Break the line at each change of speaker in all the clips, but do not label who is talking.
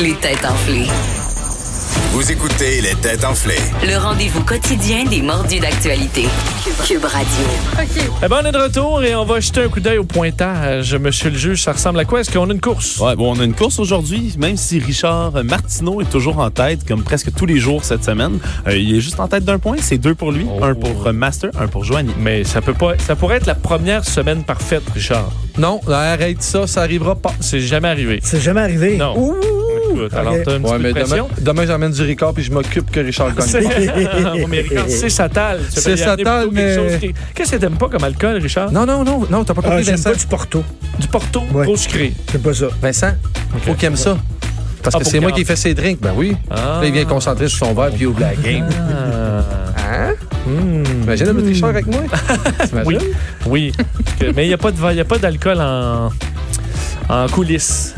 Les têtes enflées.
Vous écoutez les têtes enflées.
Le rendez-vous quotidien des mordus d'actualité. Cube Radio.
Eh ben, on est de retour et on va jeter un coup d'œil au pointage. Monsieur le juge, ça ressemble à quoi? Est-ce qu'on a une course?
Ouais, bon, on a une course aujourd'hui, même si Richard Martineau est toujours en tête, comme presque tous les jours cette semaine. Euh, il est juste en tête d'un point. C'est deux pour lui,
Oh.
un pour euh, Master, un pour Joanie.
Mais ça peut pas. Ça pourrait être la première semaine parfaite, Richard.
Non, arrête ça, ça arrivera pas.
C'est jamais arrivé.
C'est jamais arrivé.
Non. Écoute, alors,
Ok.
t'as un petit
Ouais,
peu
mais
de
demain,
pression.
demain j'emmène du Ricard puis je m'occupe que Richard gagne. pas.
Ouais, mais
Ah,
Richard, c'est Satal. Tu
C'est
vas y amener
Satal,
plutôt quelque
mais-
chose qui- Qu'est-ce que t'aimes pas comme alcool, Richard?
Non, non, non, non, t'as pas
Ah,
compris,
j'aime
Vincent.
pas du Porto.
Du Porto
Ouais.
trop sucré.
C'est pas ça.
Vincent, faut qu'il aime ça. Parce
Ah,
que
faut
c'est moi
qu'il
qui
aime.
fais ses drinks. Ben oui.
Ah.
Là, il vient concentrer sur son verre puis il ouvre la game. Hein? Imagine le petit Richard avec moi. T'imagines?
Oui. Oui. Que- mais il n'y a pas de- y a pas d'alcool en, en coulisses.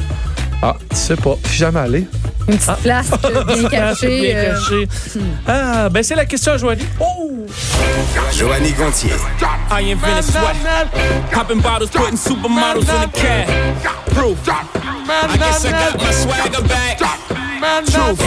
Ah, tu sais pas. Je suis jamais allé.
Une petite place bien cachée.
Bien
euh,
caché. Ah, ben c'est la question, Joanie. Oh!
Joanny Gontier.
I invented sweat. Popping bottles, putting supermodels in the cab. Proof. I guess I got my swagger back. Truth.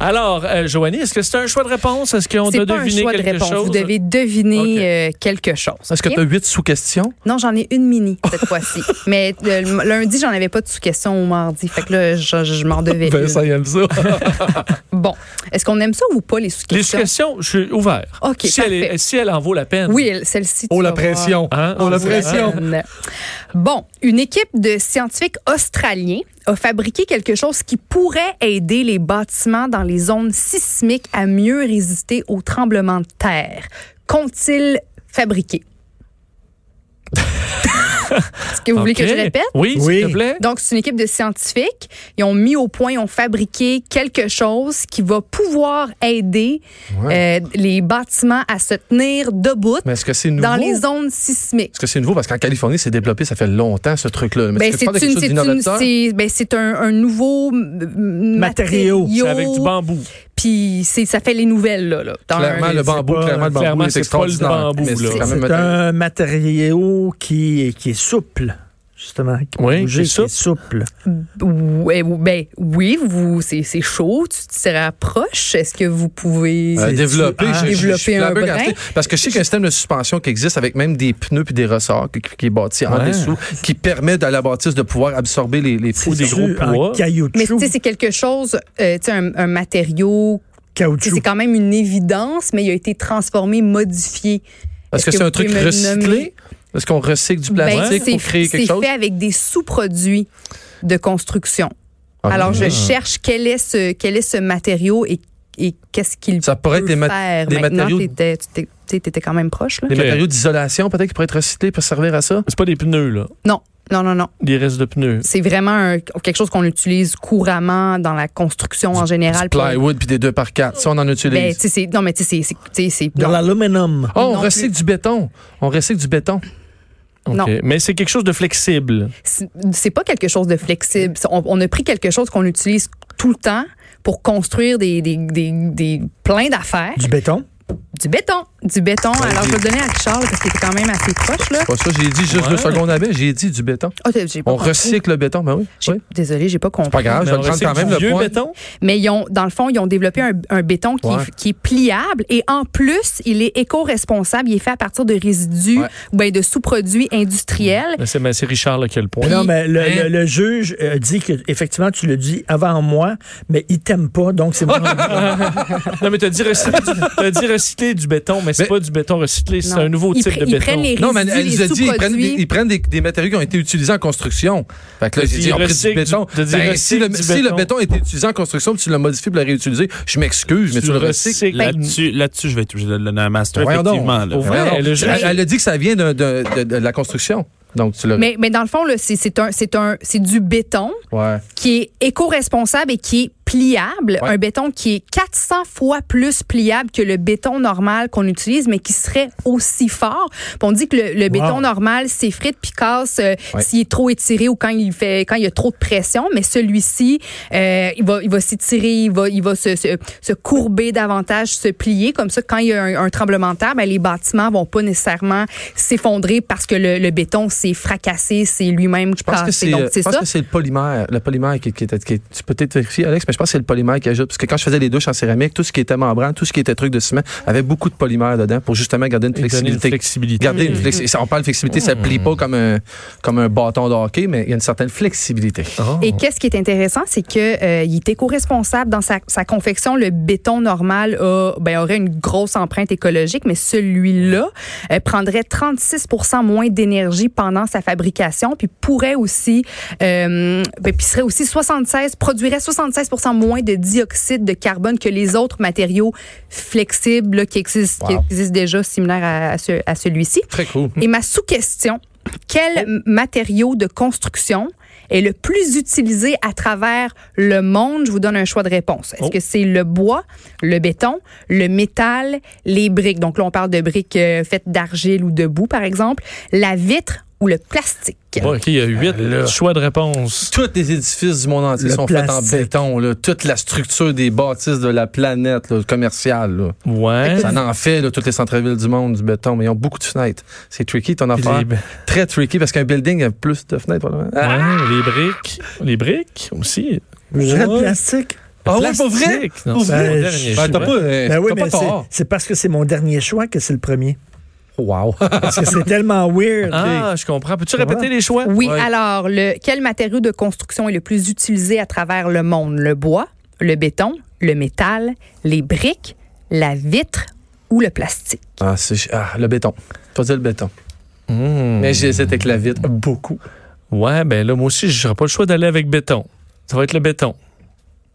Alors, euh, Joanie, est-ce que c'est un choix de réponse? Est-ce qu'on
C'est
doit
pas un
deviner
choix de
quelque
réponse.
chose?
Vous devez deviner
Ok.
euh, quelque chose.
Est-ce que
ok?
t'as huit sous-questions?
Non, j'en ai une mini cette fois-ci. Mais euh, le- lundi, j'en avais pas de sous-question au mardi. Fait que là, je, je- je m'en devais. une.
Vincent, il aime Ben, ça.
Bon. Est-ce qu'on aime ça ou pas, les
Les
sous-questions?
suggestions, je suis ouvert.
Ok,
si, elle est-
parfait.
si elle en vaut la peine.
Oui, elle- celle-ci. tu
Oh, la
vas voir.
pression.
Hein?
Oh, la
Vraiment.
pression.
Bon, une équipe de scientifiques australiens a fabriqué quelque chose qui pourrait aider les bâtiments dans les zones sismiques à mieux résister aux tremblements de terre. Qu'ont-ils fabriqué? Est-ce que vous voulez que
Ok.
je répète?
Oui,
Oui.
s'il te plaît.
Donc, c'est une équipe de scientifiques. Ils ont mis au point, ils ont fabriqué quelque chose qui va pouvoir aider euh, les bâtiments à se tenir debout
Mais est-ce que c'est nouveau?
dans les zones sismiques.
Est-ce que c'est nouveau? Parce qu'en Californie, c'est développé, ça fait longtemps, ce truc-là. Mais
Ben,
est-ce que tu
c'est
parles de quelque
une-
chose
c'est une-
d'innovateur?
c'est- ben, c'est un, un nouveau m-
Matériau.
C'est avec du bambou.
Puis c'est- ça fait les nouvelles, là. là. Dans
Clairement,
un-
le bambou,
pas-
clairement, le bambou,
clairement,
est
c'est pas le
extraordinaire.
bambou,
Mais
là.
c'est quand même
C'est
matériel.
un Euh, matériau qui est, qui est souple, justement. Qui peut
Oui,
bouger,
qui est
qui est souple.
Ouais, ou- ben, oui, vous, c'est c'est chaud, tu te rapproches. Est-ce que vous pouvez...
Euh, développer,
Ah,
je- je- je
développer
suis
un
flabbergasté.
brin.
Parce que je sais qu'il y a un système de suspension qui existe avec même des pneus puis des ressorts qui, qui est bâti en
Ouais.
dessous, qui permet à la bâtisse de pouvoir absorber les, les
Ou des
C'est
gros
du-
poids.
En caoutchouc.
Mais tu sais, c'est quelque chose, euh, tu sais, un, un matériau, tu sais,
caoutchouc.
c'est quand même une évidence, mais il a été transformé, modifié.
Est-ce que, c'est
vous
un truc
pouvez me nommer?
recyclé? Est-ce qu'on recycle du
Ben,
plastique
c'est-
pour créer quelque
C'est
chose?
fait avec des sous-produits de construction.
Ah,
Alors, je
ah.
cherche quel est ce, quel est ce matériau et, et qu'est-ce qu'il
Ça pourrait être
peut
des, mat-
faire.
des
Maintenant,
matériaux-
t'étais- tu t'es- tu étais quand même proche. Là.
des
Ok.
matériaux d'isolation peut-être qui pourraient être recyclés pour servir à ça?
C'est pas des pneus, là.
Non, non, non, non.
Des restes de pneus.
C'est vraiment un- quelque chose qu'on utilise couramment dans la construction en général.
Du plywood puis des 2 par 4 ça on en utilise.
Ben, tu sais, c'est- non, mais tu sais, c'est- c'est- tu sais, c'est...
De
non.
l'aluminium.
oh, on
non
recycle du béton. On recycle du béton.
Ok.
Non.
Mais c'est quelque chose de flexible.
c'est c'est pas quelque chose de flexible. On, on a pris quelque chose qu'on utilise tout le temps pour construire des, des, des, des- plein d'affaires.
Du béton.
Du béton, du béton. Alors, je vais le donner à Richard là, parce qu'il était quand même assez proche. Là.
Pas ça, j'ai dit juste
Ouais.
deux secondes avant, j'ai dit du béton.
Ah, t'as- j'ai pas
On
compris.
recycle le béton, ben oui.
J'ai-
oui.
Désolée, j'ai pas compris.
Pas grave, je
Mais
vais le
on
prendre quand
recycle
même
du
le
vieux
point.
béton?
Mais ils ont, dans le fond, ils ont développé un, un béton qui, est-
Ouais.
qui est pliable et en plus, il est éco-responsable. Il est fait à partir de résidus
Ouais.
ou bien de sous-produits industriels.
Mais c'est mais c'est Richard là, qui a le point.
Mais non, mais le,
Hein?
le- le juge euh, dit que, effectivement, tu le dis avant moi, mais il t'aime pas, donc c'est moi.
Non, mais t'as dit, recycler du- t'as dit recycler du béton, mais c'est
Mais-
pas du béton recyclé, c'est
Non.
un nouveau
Ils
type
pre-
de
ils
béton.
prennent les
Non, mais elle, elle
résidus, les
nous a dit, ils prennent, des,
sous-produits.
ils prennent des, des matériaux qui ont été utilisés en construction. Euh, Fait que là,
Mais
j'ai
ils
dit, on prend du
recyclent
béton.
du- de dire
Ben, si,
recycle
le,
du
si le
béton.
béton a été utilisé en construction, puis tu l'as modifié pour le réutiliser, je m'excuse, mais tu le recycles.
Ben,
Là-dessus, là-dessus, je vais être obligé de donner un master.
Voyons donc. Oh.
Effectivement. là.
Au vrai,
Voyons donc.
le-
elle, elle a dit que ça vient de, de- de- de la construction. Donc, tu l'as.
Mais, mais dans le fond, là, c'est c'est un, c'est un, c'est du béton
Ouais.
qui est éco-responsable et qui est pliable, un béton qui est 400 fois plus pliable que le béton normal qu'on utilise, mais qui serait aussi fort. Puis on dit que le, le béton normal s'effrite puis casse euh, s'il est trop étiré ou quand il fait quand il y a trop de pression, mais celui-ci euh, il va il va s'étirer, il va il va se, se, se courber davantage, se plier comme ça quand il y a un, un tremblement de terre, ben, les bâtiments vont pas nécessairement s'effondrer parce que le, le béton s'est fracassé, c'est lui-même
Je pense que
cassé.
c'est,
Donc
euh,
c'est
je pense
ça.
que c'est le polymère, le polymère qui, qui était, qui- tu peux peut-être vérifier, Alex, mais je pense que c'est le polymère qui ajoute, parce que quand je faisais les douches en céramique, tout ce qui était membrane, tout ce qui était truc de ciment, avait beaucoup de polymère dedans pour justement garder une
Et donner une
flexibilité.
flexibilité. Mm.
Garder
Mm.
une flexi- On parle de flexibilité, ça plie pas comme un, comme un bâton de hockey, mais il y a une certaine flexibilité.
Ah,
Et qu'est-ce qui est intéressant, c'est que euh, il est éco-responsable dans sa, sa confection. Le béton normal a- ben, aurait une grosse empreinte écologique, mais celui-là euh, prendrait 36 moins d'énergie pendant sa fabrication, puis pourrait aussi, euh, ben, puis serait aussi 76, produirait 76 moins de dioxyde de carbone que les autres matériaux flexibles là, qui, existent, qui existent déjà, similaires à, à ce- à celui-ci.
Très cool. Oh.
Et ma sous-question, quel matériau de construction est le plus utilisé à travers le monde? Je vous donne un choix de réponse.
Oh.
Est-ce que c'est le bois, le béton, le métal, les briques? Donc là, on parle de briques euh, faites d'argile ou de boue, par exemple, la vitre ou le plastique?
Bon, OK, il y a huit choix de réponse.
Tous les édifices du monde entier
Le
sont
plastique.
faits en béton. là. Toute la structure des bâtisses de la planète là, commerciale. là.
Ouais.
Ça en fait, là, tous les centres-villes du monde, du béton, mais ils ont beaucoup de fenêtres. C'est tricky, ton
Puis
affaire.
les-
Très tricky, parce qu'un building a plus de fenêtres, probablement. Ah,
Ouais, les briques. Les briques aussi.
Je dirais le
Ouais.
plastique.
Ah oui,
Le
pour vrai?
plastique. Non,
Pour
c'est mon
vrai?
dernier
Ben, t'as
choix.
pas, euh,
Ben oui,
t'as
mais
pas
c'est-
tort.
c'est parce que c'est mon dernier choix que c'est le premier.
Wow.
Parce que c'est tellement weird.
Ah, je comprends. Peux-tu répéter les choix?
Oui,
Ouais.
alors, le, quel matériau de construction est le plus utilisé à travers le monde? Le bois, le béton, le métal, les briques, la vitre ou le plastique?
Ah, c'est- ah, le béton. Pas dire le béton.
Hmm.
Mais j'hésite avec la vitre. Beaucoup.
Ouais, ben là, moi aussi, je n'aurai pas le choix d'aller avec béton. Ça va être le béton.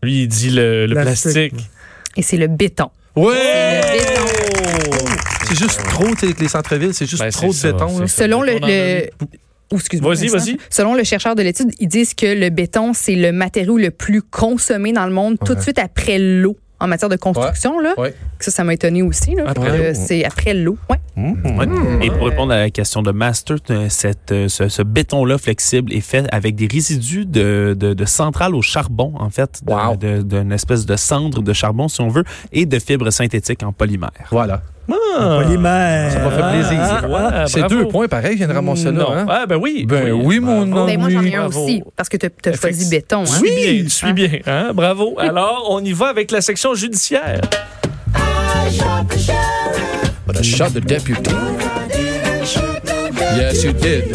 Lui, il dit le, le
Plastique.
plastique.
Et c'est le béton.
Ouais!
Le béton.
C'est juste trop, t'es avec les centres-villes, c'est juste
Ben,
trop de
c'est ça,
béton.
c'est
là.
ça.
Selon le,
Béton dans
le-
le-
ou excuse-moi,
Vas-y,
Vincent.
vas-y.
Selon le chercheur de l'étude, ils disent que le béton, c'est le matériau le plus consommé dans le monde tout de suite après l'eau en matière de construction. Là.
Ouais.
Ça, ça m'a étonné aussi. Là,
Après
Euh,
l'eau.
c'est après l'eau. Ouais.
Ouais.
Hmm.
Et pour répondre à la question de Master, euh, cette, euh, ce, ce béton-là flexible est fait avec des résidus de, de, de centrales au charbon, en fait, de-
Wow.
de- d'une espèce de cendre de charbon, si on veut, et de fibres synthétiques en polymère.
Voilà.
Ah,
Polymère.
Ça m'a fait plaisir.
ouais,
c'est
Ah, bravo.
deux points pareil, je viens de ramasser là.
Non.
hein.
Ah, ben oui.
Ben oui, mon
bravo.
homme.
Ben, moi, j'en ai
oui,
un
bravo.
aussi parce que tu as choisi béton.
Tu
hein.
suis bien, tu suis
Hein?
bien. hein? Bravo. Alors, on y va avec la section judiciaire.
But I shot the deputy. Yes, you did.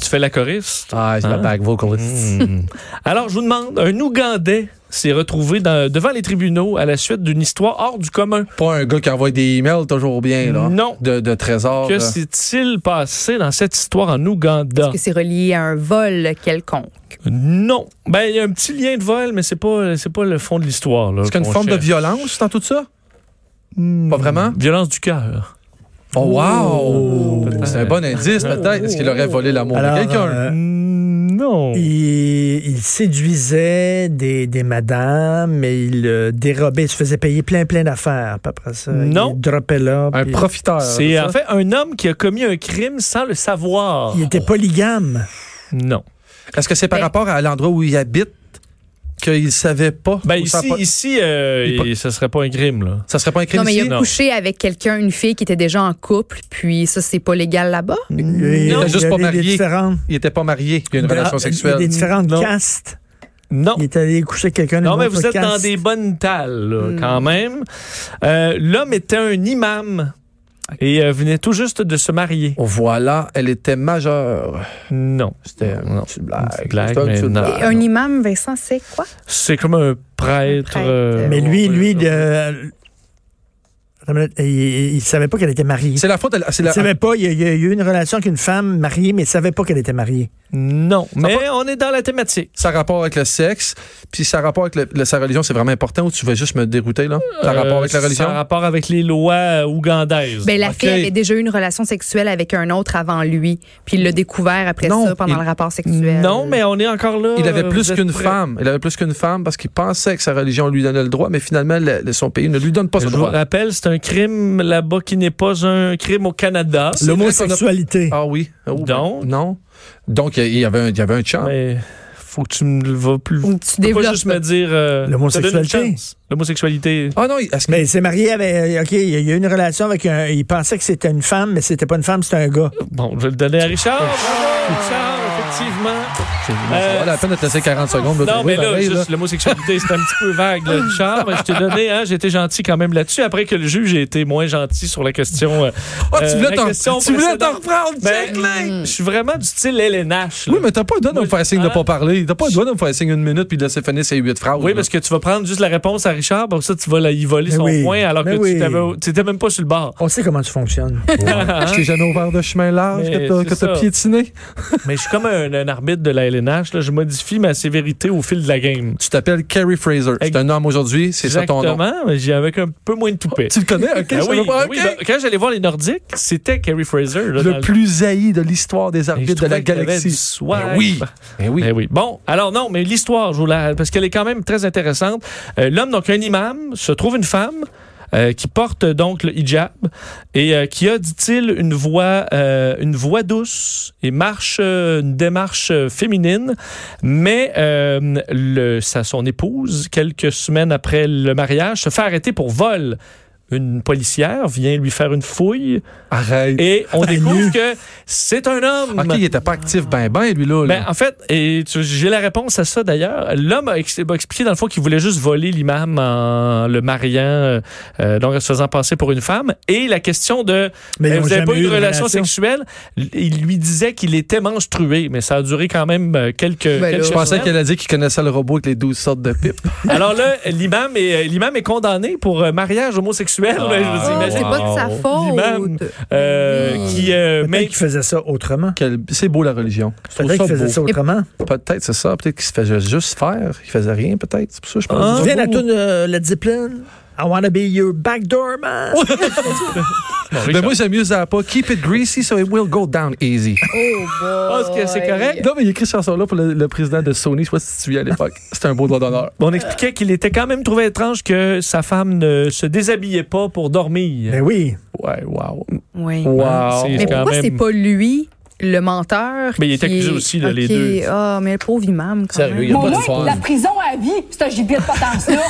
Tu fais la choriste.
Ah, c'est ma back vocalist.
Alors, je vous demande, un Ougandais s'est retrouvé dans- devant les tribunaux à la suite d'une histoire hors du commun.
Pas un gars qui envoie des emails toujours bien, là.
Non.
De, de trésors.
Que
là.
s'est-il passé dans cette histoire en Ouganda?
Que c'est relié à un vol quelconque.
Non. Ben, il y a un petit lien de vol, mais c'est pas, c'est pas le fond de l'histoire. là,
Est-ce qu'il y a
qu'on
une forme de Hein?
cherche.
violence dans tout ça? Pas vraiment?
Violence du cœur.
Oh, wow! C'est un bon indice, peut-être. Est-ce qu'il aurait volé l'amour de
Alors,
ben, quelqu'un?
euh,
Non.
Il, il séduisait des, des madames, mais il euh, dérobait, il se faisait payer plein, plein d'affaires. Puis après ça,
Non.
il dropait là.
un
puis
profiteur.
C'est euh,
ça?
en fait un homme qui a commis un crime sans le savoir.
Il était polygame.
Non.
Est-ce que c'est par
Ben-
rapport à l'endroit où il habite qu'il savait pas?
Ben
ou ça a
ici,
pas-
ici euh,
Il est pas-
il- ce serait pas un crime. Là.
Ça serait pas un crime
non, mais
ici?
il a
Non.
couché avec quelqu'un, une fille qui était déjà en couple, puis ça, c'est pas légal là-bas.
Il, il-
Non.
il
Il était juste
y
pas
avait des
marié.
différentes-
Il était pas marié. Il y a une
des-
relation
il y a
sexuelle.
des différentes
Non.
castes.
Non.
Il est allé coucher quelqu'un.
Non,
d'une
mais
autre
vous êtes dans
caste.
des bonnes talles, là,
Hmm.
quand même. Euh, L'homme était un imam et euh, venait tout juste de se marier.
Oh, voilà, elle était majeure.
Non.
C'était une
Non.
petite blague.
Une petite blague,
C'était une
mais
petite
Ah, non.
blague.
Et un imam, Vincent, c'est quoi?
C'est comme un prêtre.
prêtre.
euh,
Mais lui,
ouais,
lui,
ouais.
de- Attends une minute. Il, ne savait pas qu'elle était mariée.
C'est la faute. à la- C'est
Il
la.
savait pas. Il y a, il y a eu une relation avec une femme mariée, mais il savait pas qu'elle était mariée.
Non, mais on est dans la thématique.
Ça a rapport avec le sexe, puis ça a rapport avec le- le- sa religion, c'est vraiment important ou tu vas juste me dérouter, là? Ça a rapport avec la
Euh, Ça a
religion?
rapport avec les lois euh, ougandaises.
Ben, la
Ok.
fille avait déjà eu une relation sexuelle avec un autre avant lui, puis il l'a découvert après
Non,
ça pendant
il-
le rapport sexuel.
Non, mais on est encore là.
Il avait
euh,
plus
vous êtes
qu'une
prêts?
femme. Il avait plus qu'une femme parce qu'il pensait que sa religion lui donnait le droit, mais finalement, le- le- son pays ne lui donne pas
Je
ce
vous
droit.
rappelle, c'est un crime là-bas qui n'est pas un crime au Canada.
L'homosexualité.
Ah oui. Oh, ben, Ah.
Donc?
Non. Donc, il y avait un, il y avait un champ.
Mais faut que tu me le vas plus. Tu
Ou tu
peux pas
développes.
juste me dire. euh,
L'homosexualité.
te donne une chance. L'homosexualité.
Ah non, est-ce que-
Mais il s'est marié avec. euh, OK, il y a eu une relation avec un. Il pensait que c'était une femme, mais c'était pas une femme, c'était un gars.
Bon, je vais le donner à Richard.
Ah.
Bravo, Richard, effectivement.
ça vaut la peine de te laisser 40 secondes.
euh, Non, mais là,
pareil,
juste l'homosexualité, c'est un petit peu vague, là, Richard. Mais je t'ai donné, hein, j'étais gentil quand même là-dessus. Après que le juge ait été moins gentil sur la question. euh,
Ah, tu
euh,
voulais
la
t'en-
question
tu voulais t'en
précédente.
reprendre,
Ben,
check, là.
Je suis vraiment du style LNH. là.
Oui, mais t'as pas le droit de me faire signe de pas parler. T'as pas le droit de me faire signe une minute puis de laisser finir ses huit phrases.
ah. Oui,
là.
parce que tu vas prendre juste la réponse à Richard, pour ça tu vas la- y voler
Mais
son
oui,
point alors que
mais
tu
oui.
t'avais- tu n'étais même pas sur le bord.
On sait comment tu fonctionnes.
Je t'ai jamais ouvert de chemin large
Mais
que t'as-
c'est
que t'as
ça.
piétiné.
Mais je suis comme un, un arbitre de la LNH, là. je modifie ma sévérité au fil de la game.
Tu t'appelles Carrie Fraser. C'est un homme aujourd'hui, c'est ça ton nom. Oh,
Exactement, mais j'ai avec un peu moins de toupet.
Tu le connais, ok?
Ah
je
oui,
savais pas,
oui,
ok.
ben, quand j'allais voir les Nordiques, c'était Kerry Fraser. là, dans
le plus haï de l'histoire des
Et Ben, je
arbitres de la
trouvais qu'il y avait du
galaxie.
swag.
Ben oui. Ben oui.
Ben oui. Bon, alors non, mais l'histoire, je vous la- parce qu'elle est quand même très intéressante. Euh, L'homme, donc un imam, se trouve une femme. euh, qui porte euh, donc le hijab et euh, qui a, dit-il, une voix, euh, une voix douce et marche euh, une démarche euh, féminine, mais euh, le, sa, son épouse, quelques semaines après le mariage, se fait arrêter pour vol. Une policière vient lui faire une fouille
Arrête.
et on découvre que c'est un homme.
Ok, il était pas actif ben ben, lui, là.
Ben,
là.
en fait, et tu- j'ai la réponse à ça d'ailleurs. L'homme a, ex- m'a expliqué dans le fond qu'il voulait juste voler l'imam en le mariant, euh, euh, donc en se faisant passer pour une femme. Et la question de
Mais ils
euh,
ont
vous n'avez
jamais
pas eu
eu
de
de
relation,
relation.
sexuelle, l- il lui disait qu'il était menstrué, mais ça a duré quand même euh, quelques.
là,
quelques
Ben Je pensais
semaines.
qu'elle a dit qu'il connaissait le robot avec les 12 sortes de pipes.
Alors là, l'imam est euh, l'imam est condamné pour euh, mariage homosexuel.
Ah,
là, je vous
Oh,
imagine.
c'est pas de sa
L'imam,
faute.
Euh,
Oui.
qui euh,
Peut-être
mais
qu'il faisait ça autrement.
Quel- C'est beau, la religion. Je trouve
Peut-être qu'il faisait
beau.
ça autrement.
Peut-être, c'est ça. Peut-être qu'il se faisait juste faire. Il faisait rien, peut-être. C'est pour ça que je
Ah.
pense.
Tu
que c'est
viens la
beau.
tune euh, Led Zeppelin? I wanna be your backdoor man.
Ben moi, j'aime mieux Zappa. Keep it greasy so it will go down easy.
je pense que c'est correct.
Non, mais il a écrit cette chanson-là pour le, le président de Sony, je sais pas si tu vis à l'époque. C'était un beau doigt d'honneur.
On expliquait qu'il était quand même trouvé étrange que sa femme ne se déshabillait pas pour dormir. Ah,
Ben oui.
Ouais, wow.
Oui.
Wow.
C'est-
Mais
quand
pourquoi
même-
c'est pas lui le menteur?
Mais il est
qui
accusé aussi, là, les
Ok.
deux.
Ah, mais le pauvre imam, quand
Sérieux,
même.
il n'y a pas de
Moi,
fun.
la prison à vie, c'est un gibier de potence-là.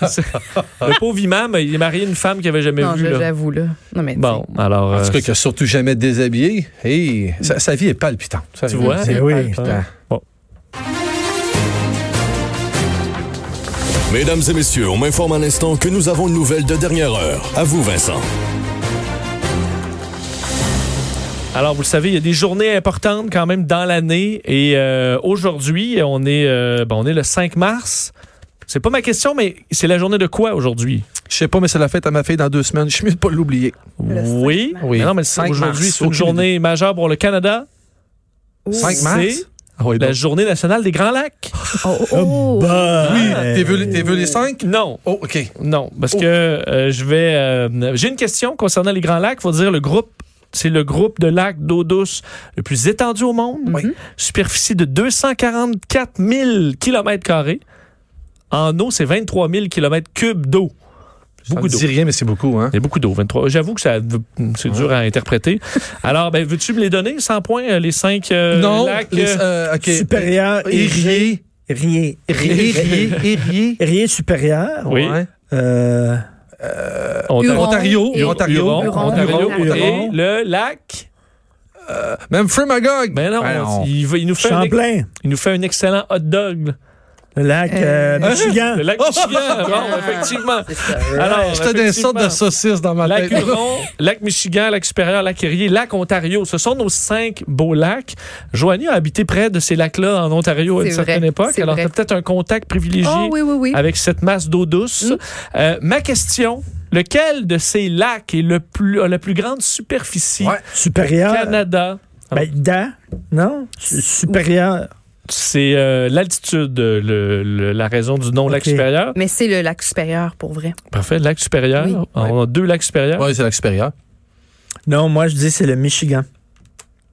Le pauvre imam, il est marié à une femme qu'il avait jamais
Non,
vue.
je-
là.
j'avoue, là. Non, mais
Bon, alors.
En
euh,
tout cas, qui a surtout jamais déshabillé. Hey, sa, sa vie est palpitante.
tu vois.
Ben oui.
Putain.
Mesdames et messieurs, on m'informe un instant que nous avons une nouvelle de dernière heure. À vous, Vincent.
Alors, vous le savez, il y a des journées importantes quand même dans l'année. Et euh, aujourd'hui, on, est, euh, bon, on est le 5 mars. C'est pas ma question, mais c'est la journée de quoi aujourd'hui?
Je sais pas, mais c'est la fête à ma fille dans deux semaines. Je suis mieux de pas l'oublier.
Le 5
Oui.
mars.
Oui.
Mais Non, mais c'est-
5 mars,
aujourd'hui, c'est une
aucune
journée majeure pour le Canada.
Oh.
5 mars?
C'est
Ah oui,
la
donc.
journée nationale des Grands Lacs.
Oh, oh, oh.
Oui, t'es vu, les- t'es vu les cinq?
Non.
Oh, OK.
Non, parce que euh, je vais. euh, J'ai une question concernant les Grands Lacs. Il faut dire le groupe. C'est le groupe de lacs d'eau douce le plus étendu au monde.
Oui.
Superficie de 244 000 km. En eau, c'est 23 000 km cubes d'eau. Beaucoup
Ça
d'eau.
ne dit rien, mais c'est beaucoup, hein?
Il y a beaucoup d'eau, 23. J'avoue que ça, c'est dur à interpréter. Alors, ben, veux-tu me les donner, 100 points, euh, les 5
non,
lacs?
les-
euh,
euh, OK.
Supérieur et
Érié.
rien.
Érié. Érié.
Rien supérieur.
Oui.
Ouais.
Euh,
Huron.
Ontario.
Et-
Ontario.
Huron,
Huron,
Ontario,
Huron,
et
Huron.
le lac.
Même Frimagog.
Ben non,
Ben non.
Il, va- il nous fait un, ex-
Champlain.
il nous fait un excellent hot dog. là.
Le lac euh, Michigan. Ah,
Le lac Michigan, bon, effectivement. Alors,
J'étais des sortes de
effectivement,
saucisses dans ma
Lac
tête.
Huron, lac Michigan, lac supérieur, lac Erie, lac Ontario. Ce sont nos cinq beaux lacs. Joanie a habité près de ces lacs-là en Ontario à une
C'est
certaine
vrai,
époque.
c'est
Alors,
vrai.
tu peut-être un contact privilégié
Oh, Ah, oui, oui, oui.
avec cette masse d'eau douce. Euh, ma question, Lequel de ces lacs est le plus, a la plus grande superficie
Ouais.
au
Supérieur.
Canada?
Ben, dans, non? Su- Supérieur.
C'est euh, l'altitude, euh, le- le- la raison du nom lac
Ok.
supérieur.
Mais c'est le lac supérieur pour vrai.
Parfait, lac supérieur.
Oui.
On a deux lacs supérieurs.
Oui, c'est la supérieure.
Non, moi, je dis c'est le Michigan.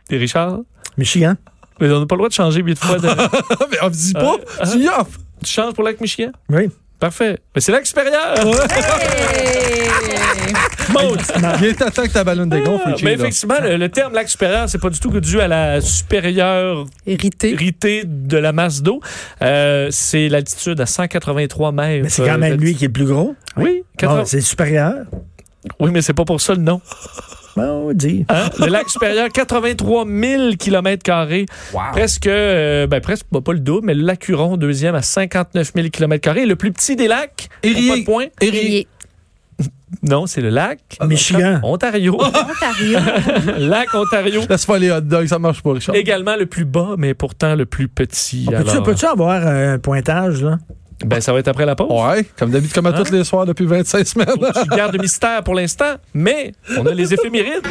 Et Richard?
Michigan?
Mais on n'a pas le droit de changer huit fois. De...
Ah, Mais on me dit pas,
Euh,
tu y offres.
tu changes pour lac Michigan?
Oui.
Parfait. Mais c'est lac supérieur! Maud!
Il est à temps que ta ballonne dégonfle, Richie,
Mais
là.
ah. ben, effectivement, le, le terme lac supérieur, c'est pas du tout que dû à la supérieurité
Hérité.
de la masse d'eau. Euh, c'est l'altitude à 183 mètres. euh,
Mais c'est quand même lui Ah, qui est le plus gros.
Oui,
Bon,
80
c'est supérieur.
oui, mais c'est pas pour ça le nom.
Bon, dit.
Hein? Le lac supérieur, 83 000 km carrés.
Ah.
Presque, euh, ben presque, bah, pas le double, mais le lac Huron, deuxième, à 59 000 km carrés. Le plus petit des lacs,
Érié.
pas de point.
Hérité.
Non, c'est le lac
Michigan.
Ontario.
Ontario.
lac Ontario.
Laisse faire les hot dogs, ça marche pas, Richard.
Également le plus bas, mais pourtant le plus petit.
On peut-tu
Alors, hein.
peux-tu avoir un pointage, là?
ben, ça va être après la pause.
Ouais, comme d'habitude, comme à
Hein?
tous les soirs depuis 25 semaines.
Je garde le mystère pour l'instant, mais on a les éphémérides.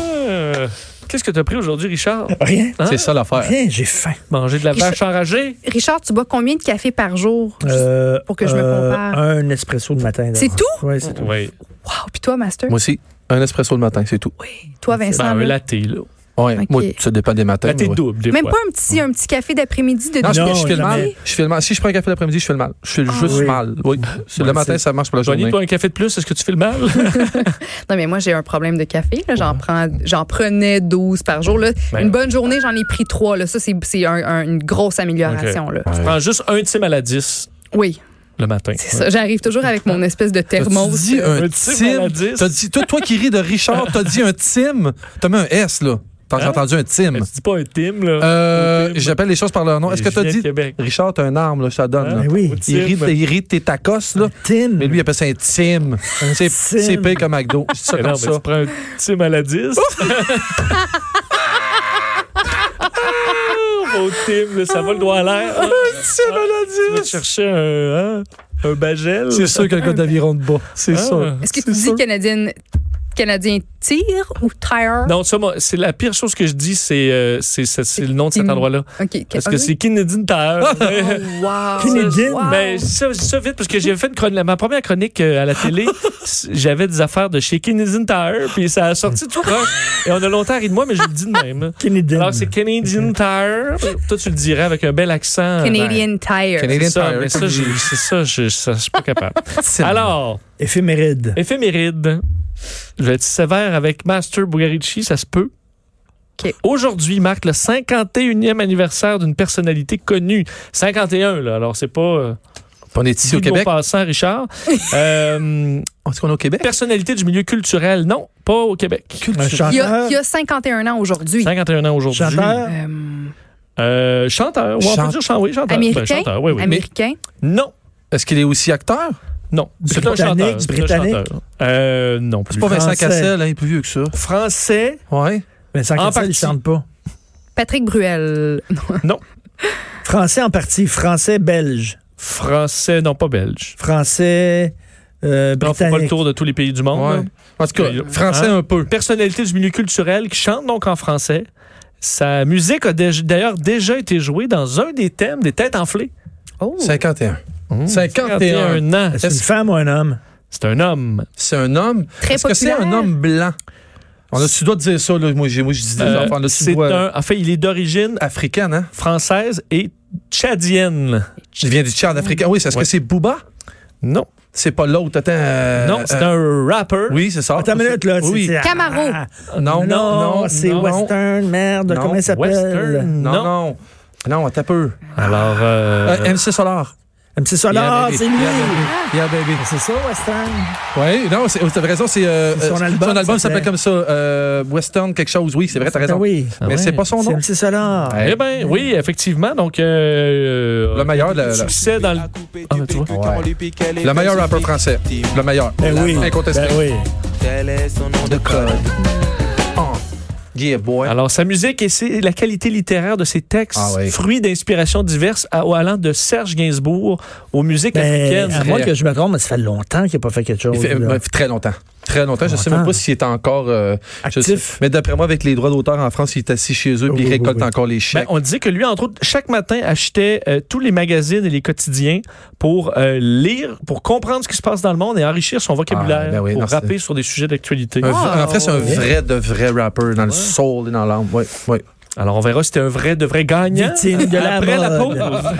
Euh, Qu'est-ce que t'as pris aujourd'hui, Richard?
Rien.
Hein?
C'est ça l'affaire.
Rien, j'ai faim.
Manger de la
Richard-
vache enragée?
Richard, tu bois combien de café par jour?
Euh,
pour que je me
euh,
compare.
Un espresso le matin. là.
C'est tout?
Ouais, c'est tout.
Oui.
Wow. Puis toi, Master?
Moi aussi, un espresso le matin, c'est tout.
Toi, Vincent?
Ben, un
là?
latte, là.
Ouais,
Ok.
moi, ça dépend des matins.
Latte
mais ouais.
double, des
Même
fois.
pas un petit, un petit café d'après-midi de
Non, je,
Non,
fais- je fais le
jamais.
mal. Je fais le mal. Si je prends un café l'après-midi, je fais le mal. Je fais
Ah
juste
oui.
mal. Oui. C'est-
Ouais,
le matin,
c'est-
ça marche pour la
Joanie,
journée.
toi, un café de plus, est-ce que tu fais le mal?
Non, mais moi, j'ai un problème de café. là. J'en prends, j'en prenais 12 par jour. là.
Ben.
Une bonne journée, j'en ai pris 3. Là. Ça, c'est c'est un- un- une grosse amélioration. Là.
Je prends juste un tim à la 10
Oui,
le matin.
c'est ça. J'arrive toujours avec mon espèce de thermos.
T'as-tu dit
Un
un
tim à la
Tim?
dix.
T'as dit, toi, toi qui ris de Richard, t'as dit un Tim. T'as mis un S, là. T'as
Hein?
entendu un Tim.
Mais tu dis pas un tim, là.
Euh,
Au Tim.
J'appelle les choses par leur nom. Est-ce que
Je
t'as
viens de
dit.
Québec.
Richard, t'as un arme, là, je te la donne.
Hein?
là.
Ben oui.
Au Tim.
Il rit, il rit de tes tacos, là.
Tim.
Mais lui, il appelle ça un Tim. C'est c'est payé comme McDo. Je dis ça
Mais
comme
Eh non, mais
ça.
tu prends un tim à la 10. Au tim, là, ça va le doigt à l'air. Un tim à la 10. Tu vas te chercher un, hein, un bagel.
C'est sûr qu'un gars d'aviron de bas. C'est
Ah.
sûr.
Est-ce que tu dis Canadienne, Canadien tire ou tire?
Non, ça, moi, c'est la pire chose que je dis, c'est euh, c'est- c'est- c'est le nom de cet
Tim.
endroit-là.
OK.
Parce
Ah
que
oui?
c'est Kennedy Tower. Mais-
Wow.
Canadienne?
Wow.
Mais ça, je dis ça vite parce que j'ai fait une chronique, ma première chronique euh, à la télé, c- j'avais des affaires de chez Canadian Tire, puis ça a sorti tout croche. Et on a longtemps ri de moi, mais je le dis de même.
Canadian.
Alors c'est Canadian Tire. Toi tu le dirais avec un bel accent. Ben,
Canadian tire.
Canadian-
C'est ça,
Tire.
mais ça, j'ai- c'est ça, je, ça, je suis pas capable. Alors,
Éphéméride.
éphéméride. Je vais être sévère avec Master Bugarici, ça se peut.
OK.
Aujourd'hui marque le 51e anniversaire d'une personnalité connue. 51, là. Alors, c'est pas. euh,
On est ici au
Guy de
Québec.
Maupassant, Richard. Euh,
Est-ce qu'on est au Québec?
personnalité du milieu culturel, non, pas au Québec.
Un chanteur.
Il y
ah,
a, il y a 51 ans aujourd'hui.
51 ans aujourd'hui.
chanteur.
Euh,
Euh, chanteur. Ouais, on peut
Chante-
dire chan- oui, chanteur.
Américain?
Ben, chanteur, oui, oui.
américain.
Mais non,
Est-ce qu'il est aussi acteur?
non. C'est un
Britannique,
chanteur.
du
c'est un
Britannique?
chanteur. Euh, non plus.
C'est pas Vincent
Français.
Cassel, hein, il est plus vieux que ça.
Français.
Ouais.
Mais sans
En
Cassel, il
partie.
chante pas.
Patrick Bruel.
Français en partie. Français belge.
Français, non, pas belge.
Français euh,
On fait pas le
britannique.
tour de tous les pays du monde.
Ouais.
là.
En tout cas,
Euh,
français
Oh, hein?
un peu.
Personnalité du milieu culturel qui chante donc en français. Sa musique a dé- d'ailleurs déjà été jouée dans un des thèmes des Têtes enflées. Oh.
51. 51.
51 ans.
C'est une femme ou un homme?
C'est un homme.
C'est un homme.
Très
Est-ce que c'est
populaire.
un homme blanc? On a tu dois dire ça, là. Moi, j'ai- moi, je dis des
Euh,
enfants. là, tu
c'est
dois-
un. En fait, il est d'origine
africaine, hein?
française et tchadienne.
Je viens du Tchad africain. Oui, c'est- est-ce
Ouais.
que c'est Booba?
Non.
C'est pas l'autre. Attends. euh,
non, c'est
euh,
un rapper.
Oui, c'est ça.
Attends
Ah,
une minute, là. c'est-
Oui.
c'est-
Camaro.
Ah,
Non,
non,
non,
c'est
non.
Western, merde.
Non,
Comment il s'appelle?
Western.
Non,
Non.
non. Non, attends un peu.
Alors, euh,
Euh, MC Solar.
MC
Yeah,
Solar,
baby.
c'est lui. Ah,
Yeah, baby. Yeah, baby.
C'est ça, Western?
Oui, non, c'est- t'as raison, c'est euh,
C'est son
euh,
album, ça
s'appelle
s'appelait.
comme ça, euh, Western quelque chose. Oui, c'est vrai, t'as raison.
Ah oui.
Mais
ouais.
c'est pas son
C'est
nom.
MC Solar.
Ouais.
eh bien, oui, effectivement. Donc, euh,
Le meilleur, le, le-
succès dans le. Ah, ben, tu vois.
le meilleur rappeur français. Le Ben, meilleur.
Ben oui.
Incontesté.
Ben oui.
De code. Oh. Yeah,
Ah
boy.
Alors, sa musique et ses- la qualité littéraire de ses textes,
Ah oui.
fruits d'inspirations diverses à- allant de Serge Gainsbourg aux musiques
Ben, à
africaines.
moins que je me trompe, mais ça fait longtemps qu'il n'a pas fait quelque chose.
Il fait
là.
ben, très longtemps. Très longtemps. Je ne sais même
Longtemps.
pas s'il est encore euh, je
Actif.
sais- mais d'après moi, avec les droits d'auteur en France, il est assis chez eux puis
Oui,
il
oui,
récolte
oui.
encore les
Ben,
chèques.
on disait que lui, entre autres, chaque matin, achetait euh, tous les magazines et les quotidiens pour euh, lire, pour comprendre ce qui se passe dans le monde et enrichir son vocabulaire
Ah, ben oui,
pour
non, c'est-
rapper sur des sujets d'actualité.
Un v- en fait, c'est un
Ah, ouais.
vrai de vrai rapper dans le soul et dans l'âme. Ouais, ouais.
Alors, on verra si c'était un vrai de vrai gagnant.
Victime de la
Après la
mode.
pause.